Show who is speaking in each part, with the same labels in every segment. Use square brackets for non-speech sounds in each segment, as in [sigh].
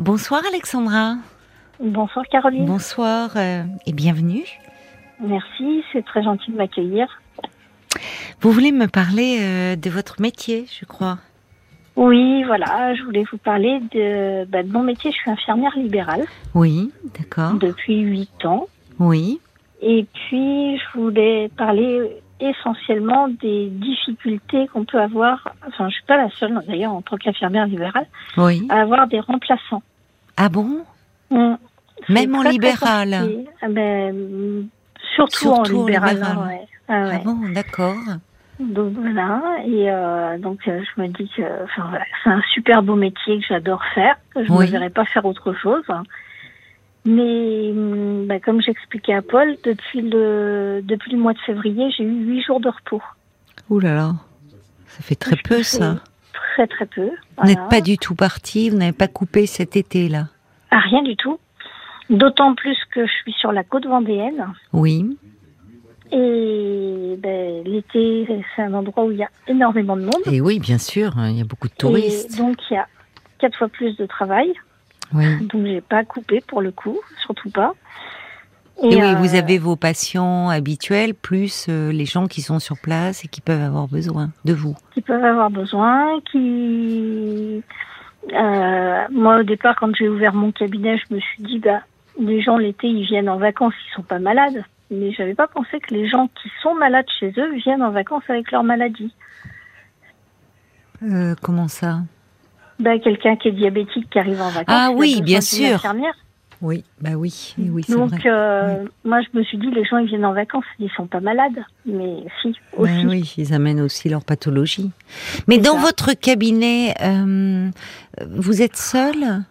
Speaker 1: Bonsoir Alexandra.
Speaker 2: Bonsoir Caroline.
Speaker 1: Bonsoir euh, et bienvenue.
Speaker 2: Merci, c'est très gentil de m'accueillir.
Speaker 1: Vous voulez me parler euh, de votre métier, je crois.
Speaker 2: Oui, voilà, je voulais vous parler de, bah, de mon métier. Je suis infirmière libérale
Speaker 1: Oui, d'accord.
Speaker 2: depuis 8 ans.
Speaker 1: Oui,
Speaker 2: Et puis, je voulais parler essentiellement des difficultés qu'on peut avoir, enfin, je suis pas la seule d'ailleurs en tant qu'infirmière libérale,
Speaker 1: oui.
Speaker 2: à avoir des remplaçants.
Speaker 1: Ah bon
Speaker 2: Mm. C'est
Speaker 1: Même en
Speaker 2: très, très
Speaker 1: libéral
Speaker 2: compliqué. Ah ben, surtout, en
Speaker 1: Surtout en
Speaker 2: libéral.
Speaker 1: libéral.
Speaker 2: hein, ouais. Ah ouais.
Speaker 1: Ah bon, d'accord.
Speaker 2: Donc voilà, et euh, donc euh, je me dis que enfin, voilà, c'est un super beau métier que j'adore faire, que je ne
Speaker 1: Oui.
Speaker 2: verrais pas faire autre chose. Mais hum, bah, comme j'expliquais à Paul, depuis le depuis le mois de février, j'ai eu huit jours de repos,
Speaker 1: Ouh là là, ça fait très
Speaker 2: Je
Speaker 1: peu
Speaker 2: pense
Speaker 1: ça.
Speaker 2: très très peu.
Speaker 1: Vous
Speaker 2: Voilà.
Speaker 1: n'êtes pas du tout parti, vous n'avez pas coupé cet été là.
Speaker 2: Ah, rien du tout. D'autant plus que je suis sur la côte vendéenne
Speaker 1: Oui,
Speaker 2: et ben, l'été, c'est un endroit où il y a énormément de monde.
Speaker 1: et oui, bien sûr, hein, il y a beaucoup de
Speaker 2: Et
Speaker 1: touristes.
Speaker 2: donc il y a quatre fois plus de travail.
Speaker 1: Oui.
Speaker 2: Donc j'ai pas coupé pour le coup, surtout pas.
Speaker 1: Et, oui,
Speaker 2: euh,
Speaker 1: vous avez vos patients habituels, plus euh, les gens qui sont sur place et qui peuvent avoir besoin de vous.
Speaker 2: qui peuvent avoir besoin, qui euh, moi au départ quand j'ai ouvert mon cabinet, je me suis dit bah les gens l'été ils viennent en vacances, ils sont pas malades. Mais j'avais pas pensé que les gens qui sont malades chez eux viennent en vacances avec leur maladie.
Speaker 1: Euh, comment ça
Speaker 2: Bah quelqu'un qui est diabétique qui arrive en vacances.
Speaker 1: Ah
Speaker 2: il a
Speaker 1: oui,
Speaker 2: besoin
Speaker 1: bien
Speaker 2: d'une
Speaker 1: sûr.
Speaker 2: infirmière.
Speaker 1: Oui, bah oui, eh oui, c'est
Speaker 2: Donc
Speaker 1: vrai.
Speaker 2: euh, moi je me suis dit les gens ils viennent en vacances, ils sont pas malades. Mais si aussi.
Speaker 1: Ben oui, ils amènent aussi leur pathologie. Mais
Speaker 2: C'est
Speaker 1: dans
Speaker 2: ça.
Speaker 1: votre cabinet, euh, vous êtes seule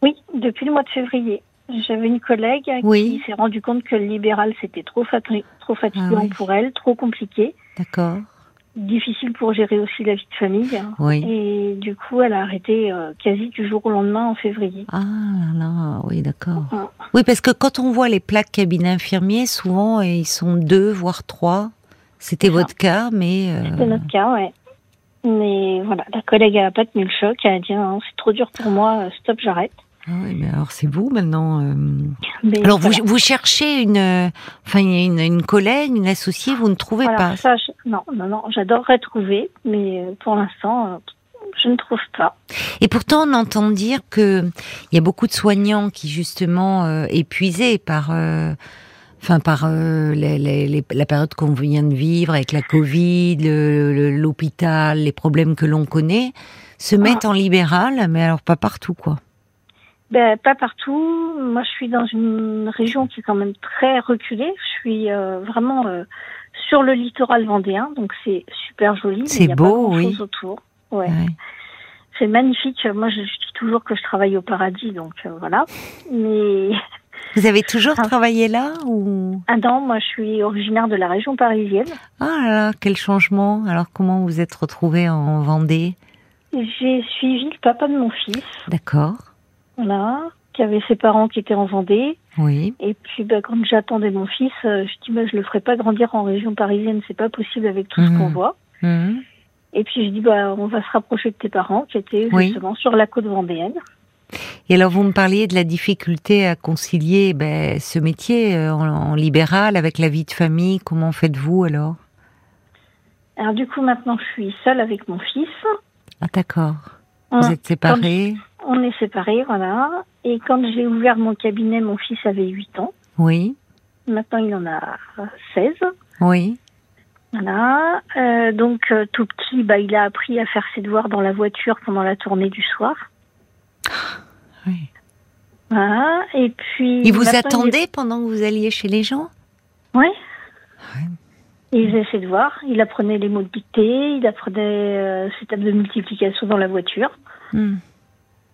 Speaker 2: Oui, depuis le mois de février. J'avais une collègue
Speaker 1: Oui.
Speaker 2: qui s'est rendu compte que le libéral, c'était trop, fatri- trop fatigant
Speaker 1: Ah oui.
Speaker 2: pour elle, trop compliqué,
Speaker 1: D'accord.
Speaker 2: difficile pour gérer aussi la vie de famille. hein.
Speaker 1: Oui.
Speaker 2: Et du coup, elle a arrêté euh, quasi du jour au lendemain en février.
Speaker 1: Ah là là, oui, d'accord.
Speaker 2: Ah.
Speaker 1: Oui, parce que quand on voit les plaques cabinet infirmier, souvent eh, ils sont deux, voire trois. C'était
Speaker 2: C'est ça.
Speaker 1: votre cas, mais euh,
Speaker 2: C'était notre cas, ouais. Mais voilà, la collègue, elle a pas tenu le choc. Elle a dit, non, c'est trop dur pour moi, euh, stop, j'arrête.
Speaker 1: ah oui, mais alors c'est vous maintenant. euh,
Speaker 2: Mais
Speaker 1: Alors
Speaker 2: voilà.
Speaker 1: vous, vous cherchez une, euh, enfin une, une collègue, une associée, vous ne trouvez
Speaker 2: Alors,
Speaker 1: pas.
Speaker 2: ça, je- non, non, non, j'adorerais trouver, mais euh, pour l'instant, euh, je ne trouve pas.
Speaker 1: Et pourtant, on entend dire que il y a beaucoup de soignants qui justement euh, épuisés par, euh, enfin par euh, les- les- les- la période qu'on vient de vivre avec la Covid, le- le- l'hôpital, les problèmes que l'on connaît,
Speaker 2: Ah.
Speaker 1: se mettent en libéral, mais alors pas partout quoi.
Speaker 2: Ben, pas partout. Moi, je suis dans une région qui est quand même très reculée. Je suis euh, vraiment euh, sur le littoral vendéen, donc c'est super joli. mais
Speaker 1: C'est
Speaker 2: il y a
Speaker 1: beau,
Speaker 2: pas grand-chose
Speaker 1: oui.
Speaker 2: Autour. Ouais.
Speaker 1: Ouais.
Speaker 2: C'est magnifique. Moi, je, je dis toujours que je travaille au paradis, donc euh, voilà. Mais
Speaker 1: Vous avez toujours
Speaker 2: Ah.
Speaker 1: travaillé là ou
Speaker 2: ah non, moi, je suis originaire de la région parisienne.
Speaker 1: ah là là, quel changement Alors comment vous vous êtes retrouvé en Vendée
Speaker 2: J'ai suivi le papa de mon fils,
Speaker 1: D'accord.
Speaker 2: voilà, qui avait ses parents qui étaient en Vendée.
Speaker 1: Oui.
Speaker 2: Et puis, ben, quand j'attendais mon fils, euh, je dis, ben, je le ferai pas grandir en région parisienne. C'est pas possible avec tout ce qu'on
Speaker 1: Mhm.
Speaker 2: voit.
Speaker 1: Mhm.
Speaker 2: Et puis je dis bah on va se rapprocher de tes parents qui étaient
Speaker 1: Oui.
Speaker 2: justement sur la côte vendéenne.
Speaker 1: Et alors, vous me parliez de la difficulté à concilier ben, ce métier euh, en, en libéral avec la vie de famille. Comment faites-vous alors
Speaker 2: Alors du coup maintenant je suis seule avec mon fils.
Speaker 1: Ah, d'accord.
Speaker 2: On,
Speaker 1: Vous êtes séparés
Speaker 2: on est séparés voilà. Et quand j'ai ouvert mon cabinet, mon fils avait 8 ans.
Speaker 1: Oui,
Speaker 2: Maintenant il en a euh, 16.
Speaker 1: oui.
Speaker 2: Voilà. Euh, donc euh, tout petit bah il a appris à faire ses devoirs dans la voiture pendant la tournée du soir.
Speaker 1: oui.
Speaker 2: Voilà. Et puis.
Speaker 1: Ils vous
Speaker 2: maintenant,
Speaker 1: attendaient pendant que vous alliez chez les gens
Speaker 2: Il... Ouais.
Speaker 1: Ouais.
Speaker 2: Il faisait ses devoirs, il apprenait les mots de dictée, il apprenait euh, ses tables de multiplication dans la voiture.
Speaker 1: Hmm.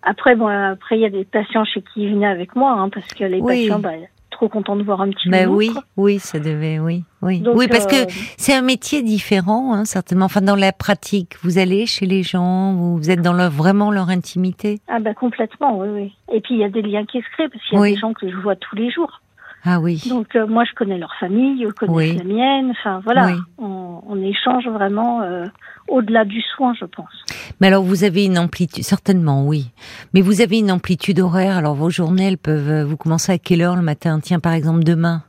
Speaker 2: Après, bon, après, il y a des patients chez qui ils venaient avec moi, hein, parce que les
Speaker 1: Oui.
Speaker 2: patients, bah, trop contents de voir un petit
Speaker 1: Ben
Speaker 2: nounours.
Speaker 1: oui, oui, ça devait, oui, oui.
Speaker 2: Donc,
Speaker 1: oui, parce
Speaker 2: euh,
Speaker 1: que c'est un métier différent, hein, certainement. Enfin, dans la pratique, vous allez chez les gens, vous, vous êtes dans leur, vraiment leur intimité.
Speaker 2: Ah, bah, complètement, oui, oui. Et puis, il y a des liens qui se créent, parce qu'il y a
Speaker 1: Oui.
Speaker 2: des gens que je vois tous les jours.
Speaker 1: Ah oui.
Speaker 2: Donc euh, moi, je connais leur famille, eux connaissent
Speaker 1: Oui.
Speaker 2: la mienne. Enfin voilà,
Speaker 1: Oui.
Speaker 2: on, on échange vraiment euh, au-delà du soin, je pense.
Speaker 1: Mais alors, vous avez une amplitude, certainement, oui. Mais vous avez une amplitude horaire. Alors, vos journées, elles peuvent. euh, Vous commencez à quelle heure le matin Tiens, par exemple, demain.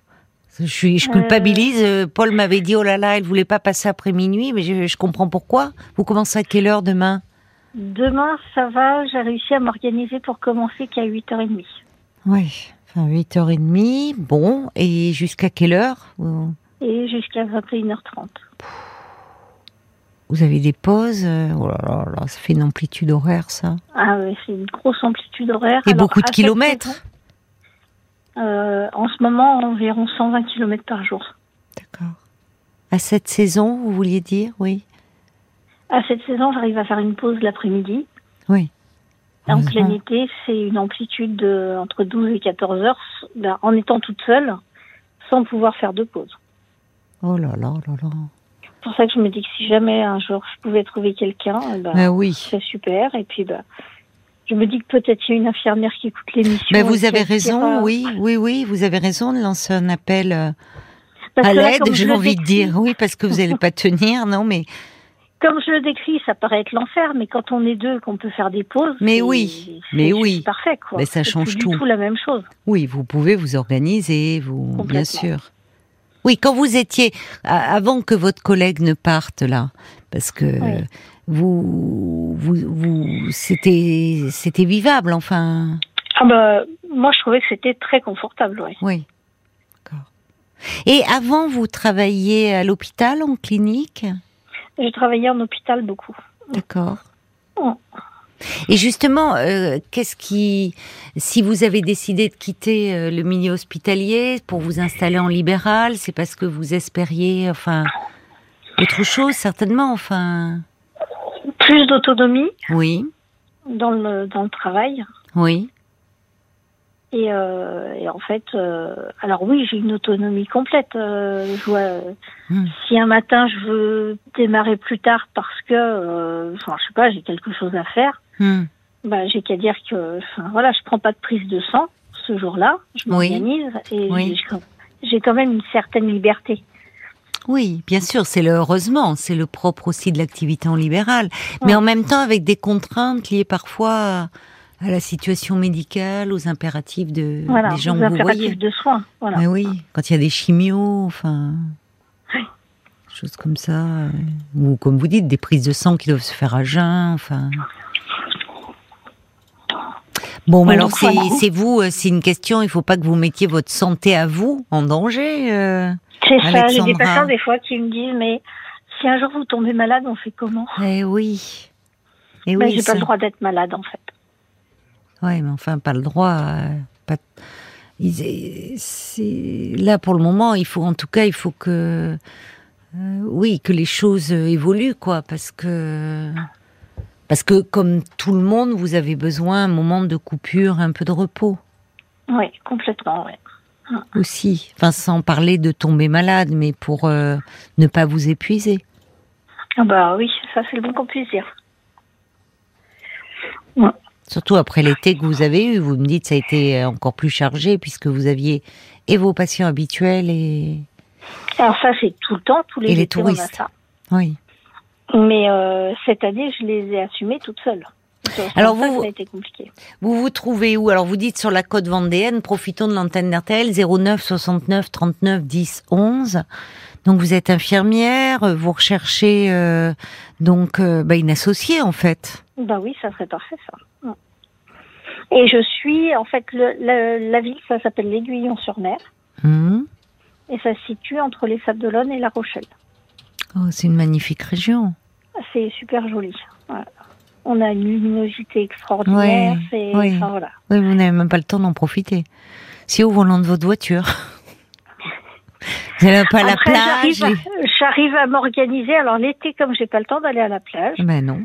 Speaker 1: Je suis, je
Speaker 2: Euh.
Speaker 1: culpabilise. euh, Paul m'avait dit, oh là là, elle voulait pas passer après minuit, mais je, je comprends pourquoi. Vous commencez à quelle heure demain
Speaker 2: Demain, ça va. J'ai réussi à m'organiser pour commencer qu'à 8h30.
Speaker 1: Oui. Enfin, 8h30. Bon. Et jusqu'à quelle heure Vous
Speaker 2: Et jusqu'à 21h30.
Speaker 1: vous avez des pauses euh, Oh là là là, ça fait une amplitude horaire, ça.
Speaker 2: Ah ouais, c'est une grosse amplitude horaire.
Speaker 1: Et
Speaker 2: Alors,
Speaker 1: beaucoup
Speaker 2: à
Speaker 1: de
Speaker 2: cette
Speaker 1: kilomètres.
Speaker 2: saison, euh, En ce moment, environ 120 km par jour.
Speaker 1: D'accord. À cette saison, vous vouliez dire, oui
Speaker 2: À cette saison, j'arrive à faire une pause l'après-midi.
Speaker 1: Oui.
Speaker 2: En
Speaker 1: Heureusement.
Speaker 2: plein été, c'est une amplitude de, entre 12 et 14 heures ben, en étant toute seule, sans pouvoir faire de pause.
Speaker 1: Oh là là là là.
Speaker 2: C'est pour ça que je me dis que si jamais un jour je pouvais trouver quelqu'un, eh ben,
Speaker 1: Ben oui.
Speaker 2: c'est super. Et puis, ben, je me dis que peut-être il y a une infirmière qui écoute l'émission.
Speaker 1: Mais
Speaker 2: et
Speaker 1: Ben, vous
Speaker 2: qui
Speaker 1: avez
Speaker 2: elle dira-
Speaker 1: raison, oui, oui, oui, vous avez raison de lancer un appel euh,
Speaker 2: Parce
Speaker 1: à
Speaker 2: que là,
Speaker 1: l'aide,
Speaker 2: comme
Speaker 1: j'ai
Speaker 2: je le
Speaker 1: envie de
Speaker 2: décris-
Speaker 1: dire, oui, parce que vous n'allez pas tenir, non, mais
Speaker 2: Comme je le décris, ça paraît être l'enfer, mais quand on est deux, qu'on peut faire des pauses.
Speaker 1: Mais
Speaker 2: c'est-
Speaker 1: oui,
Speaker 2: c'est
Speaker 1: mais
Speaker 2: juste
Speaker 1: oui.
Speaker 2: Parfait, quoi.
Speaker 1: Mais ça
Speaker 2: C'est
Speaker 1: change
Speaker 2: plus
Speaker 1: tout.
Speaker 2: du tout la même chose.
Speaker 1: oui, vous pouvez vous organiser, vous, bien
Speaker 2: Complètement.
Speaker 1: sûr. Oui, quand vous étiez, a- avant que votre collègue ne parte là, parce que
Speaker 2: Oui.
Speaker 1: vous, vous, vous, c'était, c'était vivable, enfin.
Speaker 2: Ah bah, moi, je trouvais que c'était très confortable, ouais.
Speaker 1: Oui. D'accord. Et avant, vous travailliez à l'hôpital, en clinique
Speaker 2: J'ai travaillé en hôpital beaucoup.
Speaker 1: D'accord.
Speaker 2: Oh.
Speaker 1: Et justement, euh, qu'est-ce qui, si vous avez décidé de quitter euh, le milieu hospitalier pour vous installer en libéral, c'est parce que vous espériez, enfin, autre chose certainement, enfin,
Speaker 2: Plus d'autonomie
Speaker 1: oui,
Speaker 2: dans le, dans le travail.
Speaker 1: oui,
Speaker 2: Et, euh, et en fait, euh, alors oui, j'ai une autonomie complète. Euh, je vois,
Speaker 1: Hmm.
Speaker 2: Si un matin je veux démarrer plus tard parce que, euh, enfin, je sais pas, j'ai quelque chose à faire,
Speaker 1: Hmm.
Speaker 2: bah, j'ai qu'à dire que, enfin, voilà, je prends pas de prise de sang ce jour-là, je
Speaker 1: Oui.
Speaker 2: m'organise et
Speaker 1: Oui.
Speaker 2: j'ai quand- j'ai quand même une certaine liberté.
Speaker 1: oui, bien sûr, c'est le heureusement, c'est le propre aussi de l'activité en libéral, mais
Speaker 2: Ouais.
Speaker 1: en même temps avec des contraintes liées parfois à la situation médicale, aux impératifs de
Speaker 2: Voilà,
Speaker 1: des gens que
Speaker 2: aux
Speaker 1: vous
Speaker 2: impératifs
Speaker 1: voyez.
Speaker 2: de soins. Voilà.
Speaker 1: Mais oui, quand il y a des chimios, enfin.
Speaker 2: Oui.
Speaker 1: Choses comme ça. euh, Ou comme vous dites, des prises de sang qui doivent se faire à jeun, enfin. Bon, mais
Speaker 2: Oui,
Speaker 1: alors
Speaker 2: donc
Speaker 1: c'est
Speaker 2: voilà.
Speaker 1: c'est vous, euh, c'est une question, il faut pas que vous mettiez votre santé à vous en danger. euh.
Speaker 2: C'est ça, j'ai des
Speaker 1: Alexandra.
Speaker 2: patients des fois qui me disent, mais si un jour vous tombez malade, on fait comment
Speaker 1: Eh oui. Eh
Speaker 2: Bah,
Speaker 1: oui,
Speaker 2: J'ai
Speaker 1: ça-
Speaker 2: pas le droit d'être malade en fait.
Speaker 1: Ouais, mais enfin, pas le droit. euh, pas... ils- c'est- Là, pour le moment, il faut, en tout cas, il faut que, euh, oui, que les choses euh, évoluent, quoi, parce que, parce que comme tout le monde, vous avez besoin un moment de coupure, un peu de repos
Speaker 2: Oui, complètement, oui.
Speaker 1: aussi. Enfin, sans parler de tomber malade, mais pour euh, ne pas vous épuiser.
Speaker 2: Ah bah oui, ça c'est le bon qu'on puisse dire.
Speaker 1: Surtout après l'été que vous avez eu, vous me dites ça a été euh, encore plus chargé puisque vous aviez et vos patients habituels et
Speaker 2: Alors ça c'est tout le temps, tous les,
Speaker 1: Et les
Speaker 2: étés, on a
Speaker 1: touristes.
Speaker 2: ça.
Speaker 1: oui.
Speaker 2: Mais euh, cette année, je les ai assumés toute seule. C'est
Speaker 1: Alors,
Speaker 2: euh, pour ça
Speaker 1: vous-
Speaker 2: que ça a été compliqué.
Speaker 1: Vous vous trouvez où Alors vous dites sur la côte vendéenne, profitons de l'antenne d'RTL 09 69 39 10 11. Donc vous êtes infirmière, euh, vous recherchez euh, donc euh, bah, une associée en fait.
Speaker 2: Bah oui, ça serait parfait ça. Mm. Et je suis, en fait, le, le- la ville, ça s'appelle l'Aiguillon-sur-Mer
Speaker 1: Hum.
Speaker 2: et ça se situe entre les Sables d'Olonne et La Rochelle.
Speaker 1: Oh, c'est une magnifique région.
Speaker 2: C'est super joli. Voilà. On a une luminosité extraordinaire.
Speaker 1: Ouais,
Speaker 2: c'est,
Speaker 1: ouais.
Speaker 2: enfin, voilà.
Speaker 1: Oui, vous n'avez même pas le temps d'en profiter. Si au volant de votre voiture. [laughs] Vous n'avez pas la
Speaker 2: Après,
Speaker 1: plage.
Speaker 2: j'arrive à- J'arrive à m'organiser. Alors l'été, comme j'ai pas le temps d'aller à la plage,
Speaker 1: les- Ben non.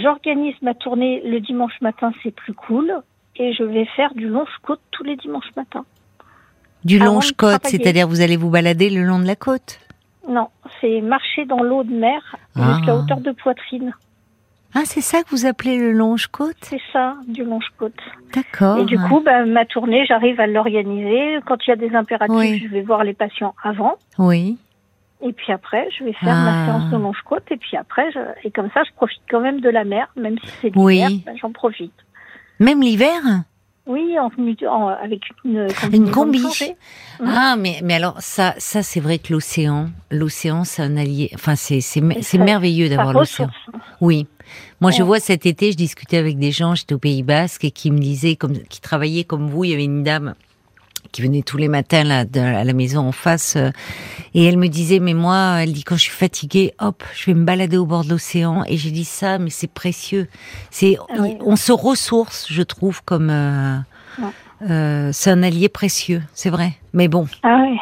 Speaker 2: J'organise ma tournée le dimanche matin, c'est plus cool. Et je vais faire du longe-côte tous les dimanches matins.
Speaker 1: Du
Speaker 2: Avant de
Speaker 1: longe côte,
Speaker 2: travailler.
Speaker 1: c'est-à-dire vous allez vous balader le long de la côte.
Speaker 2: Non, c'est marcher dans l'eau de mer
Speaker 1: Ah.
Speaker 2: jusqu'à hauteur de poitrine.
Speaker 1: Ah, c'est ça que vous appelez le Longe-Côte
Speaker 2: C'est ça, du Longe-Côte.
Speaker 1: D'accord.
Speaker 2: Et du coup, bah, ma tournée, j'arrive à l'organiser. Quand il y a des impératifs,
Speaker 1: Oui.
Speaker 2: je vais voir les patients avant.
Speaker 1: Oui.
Speaker 2: Et puis après, je vais faire
Speaker 1: Ah.
Speaker 2: ma séance de Longe-Côte. Et puis après, je... et comme ça, je profite quand même de la mer, même si c'est
Speaker 1: Oui.
Speaker 2: l'hiver, bah, j'en profite.
Speaker 1: Même l'hiver
Speaker 2: Oui, en, en- avec une,
Speaker 1: Une
Speaker 2: combinaison
Speaker 1: combi.
Speaker 2: de plongée. Mm.
Speaker 1: Ah, mais, mais alors, ça, ça c'est vrai que l'océan, l'océan, c'est un allié. Enfin, c'est, c'est, me-
Speaker 2: Et
Speaker 1: c'est
Speaker 2: ça-
Speaker 1: merveilleux
Speaker 2: Par
Speaker 1: d'avoir l'océan.
Speaker 2: ressources.
Speaker 1: Oui. Moi, je
Speaker 2: Ouais.
Speaker 1: vois cet été, je discutais avec des gens, j'étais au Pays Basque, et qui me disaient, comme, qui travaillaient comme vous, il y avait une dame qui venait tous les matins là, de- à la maison en face, euh, et elle me disait, mais moi, elle dit, quand je suis fatiguée, hop, je vais me balader au bord de l'océan, et j'ai dit ça, mais c'est précieux. C'est,
Speaker 2: Ah oui.
Speaker 1: on se ressource, je trouve, comme, euh,
Speaker 2: Ouais.
Speaker 1: euh, c'est un allié précieux, c'est vrai. Mais bon.
Speaker 2: Ah oui.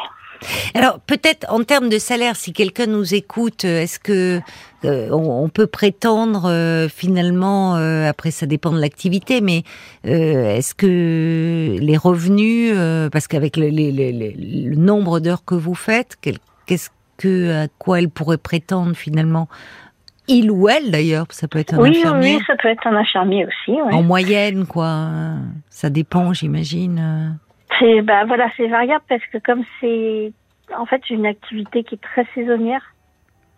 Speaker 1: Alors peut-être en termes de salaire, si quelqu'un nous écoute, euh, est-ce que euh, on, on peut prétendre euh, finalement, euh, après ça dépend de l'activité, mais euh, est-ce que les revenus, euh, parce qu'avec le, les- les- les- le nombre d'heures que vous faites, quel- qu'est-ce que à quoi elle pourrait prétendre finalement, il ou elle d'ailleurs, ça peut être un
Speaker 2: Oui,
Speaker 1: infirmier.
Speaker 2: oui, ça peut être un infirmier aussi. ouais.
Speaker 1: En moyenne, quoi. hein. Ça dépend, j'imagine. euh.
Speaker 2: C'est bah voilà, c'est variable parce que comme c'est en fait une activité qui est très saisonnière,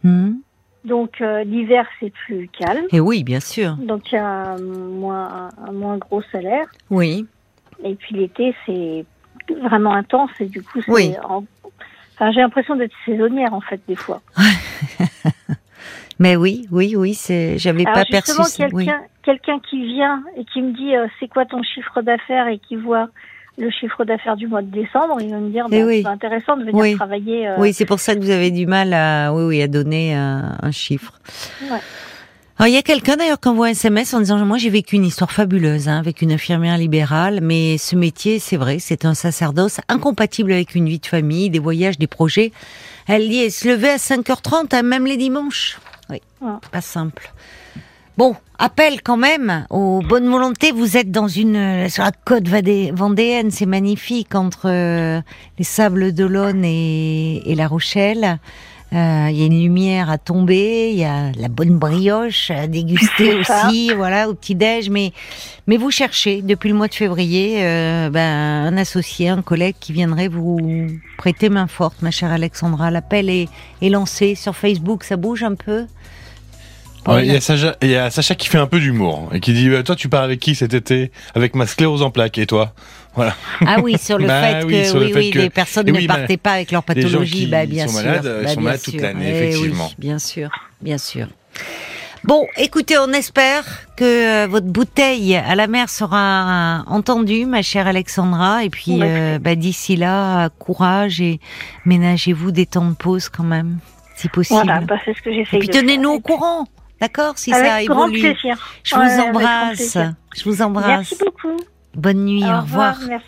Speaker 1: Hmm.
Speaker 2: donc euh, l'hiver c'est plus calme,
Speaker 1: Et oui, bien sûr.
Speaker 2: donc il y a un moins un moins gros salaire
Speaker 1: Oui.
Speaker 2: et puis l'été c'est vraiment intense et du coup c'est
Speaker 1: Oui.
Speaker 2: en- enfin j'ai l'impression d'être saisonnière en fait des fois.
Speaker 1: Mais oui, oui, oui, c'est. J'avais
Speaker 2: Alors
Speaker 1: pas perçu.
Speaker 2: justement
Speaker 1: ça, oui.
Speaker 2: quelqu'un quelqu'un qui vient et qui me dit euh, c'est quoi ton chiffre d'affaires et qui voit le chiffre d'affaires du mois de décembre, il va me dire
Speaker 1: Eh
Speaker 2: bah,
Speaker 1: oui.
Speaker 2: c'est intéressant de venir
Speaker 1: Oui.
Speaker 2: travailler. euh,
Speaker 1: Oui, c'est pour ça que vous avez du mal à, oui, oui, à donner euh, un chiffre.
Speaker 2: Ouais.
Speaker 1: Alors, il y a quelqu'un d'ailleurs qui envoie un SMS en disant Moi, j'ai vécu une histoire fabuleuse hein, avec une infirmière libérale, mais ce métier, c'est vrai, c'est un sacerdoce incompatible avec une vie de famille, des voyages, des projets. Elle dit Elle se levait à 5h30, hein, même les dimanches. Oui,
Speaker 2: Ouais.
Speaker 1: pas simple. Bon, appel quand même aux bonnes volontés. Vous êtes dans une euh, sur la côte vadé- vendéenne, c'est magnifique entre euh, les sables d'Olonne et, et La Rochelle. Euh, Il y a une lumière à tomber, il y a la bonne brioche à déguster
Speaker 2: [laughs] C'est ça.
Speaker 1: aussi, voilà, au petit-déj. Mais, mais vous cherchez, depuis le mois de février, euh, ben, un associé, un collègue qui viendrait vous prêter main forte, ma chère Alexandra. L'appel est, est lancé sur Facebook, ça bouge un peu
Speaker 3: Ouais, Il
Speaker 1: Voilà.
Speaker 3: y, a Sacha- il y a Sacha qui fait un peu d'humour et qui dit Bah, Toi, tu pars avec qui cet été Avec ma sclérose en plaques, et toi
Speaker 1: Ah oui, sur le
Speaker 3: Bah
Speaker 1: fait
Speaker 3: oui,
Speaker 1: que,
Speaker 3: sur le
Speaker 1: oui,
Speaker 3: fait
Speaker 1: oui,
Speaker 3: que-
Speaker 1: les personnes
Speaker 3: Et
Speaker 1: ne
Speaker 3: oui, bah,
Speaker 1: partaient pas avec leur
Speaker 3: les gens
Speaker 1: pathologie,
Speaker 3: qui
Speaker 1: bah, bien
Speaker 3: sont
Speaker 1: sûr.
Speaker 3: malades, ils
Speaker 1: bah,
Speaker 3: sont
Speaker 1: bien
Speaker 3: malades toute
Speaker 1: sûr.
Speaker 3: l'année,
Speaker 1: Eh oui,
Speaker 3: effectivement.
Speaker 1: bien sûr, bien sûr. Bon, écoutez, on espère que euh, votre bouteille à la mer sera euh, entendue, ma chère Alexandra. Et puis,
Speaker 2: Merci.
Speaker 1: euh, bah, d'ici là, courage et ménagez-vous des temps de pause quand même, si possible.
Speaker 2: Voilà, bah, c'est ce que j'essaie
Speaker 1: et puis,
Speaker 2: de
Speaker 1: tenez-nous
Speaker 2: faire.
Speaker 1: au courant, d'accord, si ça
Speaker 2: Avec grand
Speaker 1: évolue.
Speaker 2: plaisir.
Speaker 1: Je
Speaker 2: Ouais, avec
Speaker 1: vous
Speaker 2: grand
Speaker 1: embrasse.
Speaker 2: plaisir.
Speaker 1: Je vous embrasse.
Speaker 2: Merci beaucoup.
Speaker 1: Bonne nuit. Au revoir.
Speaker 2: Merci.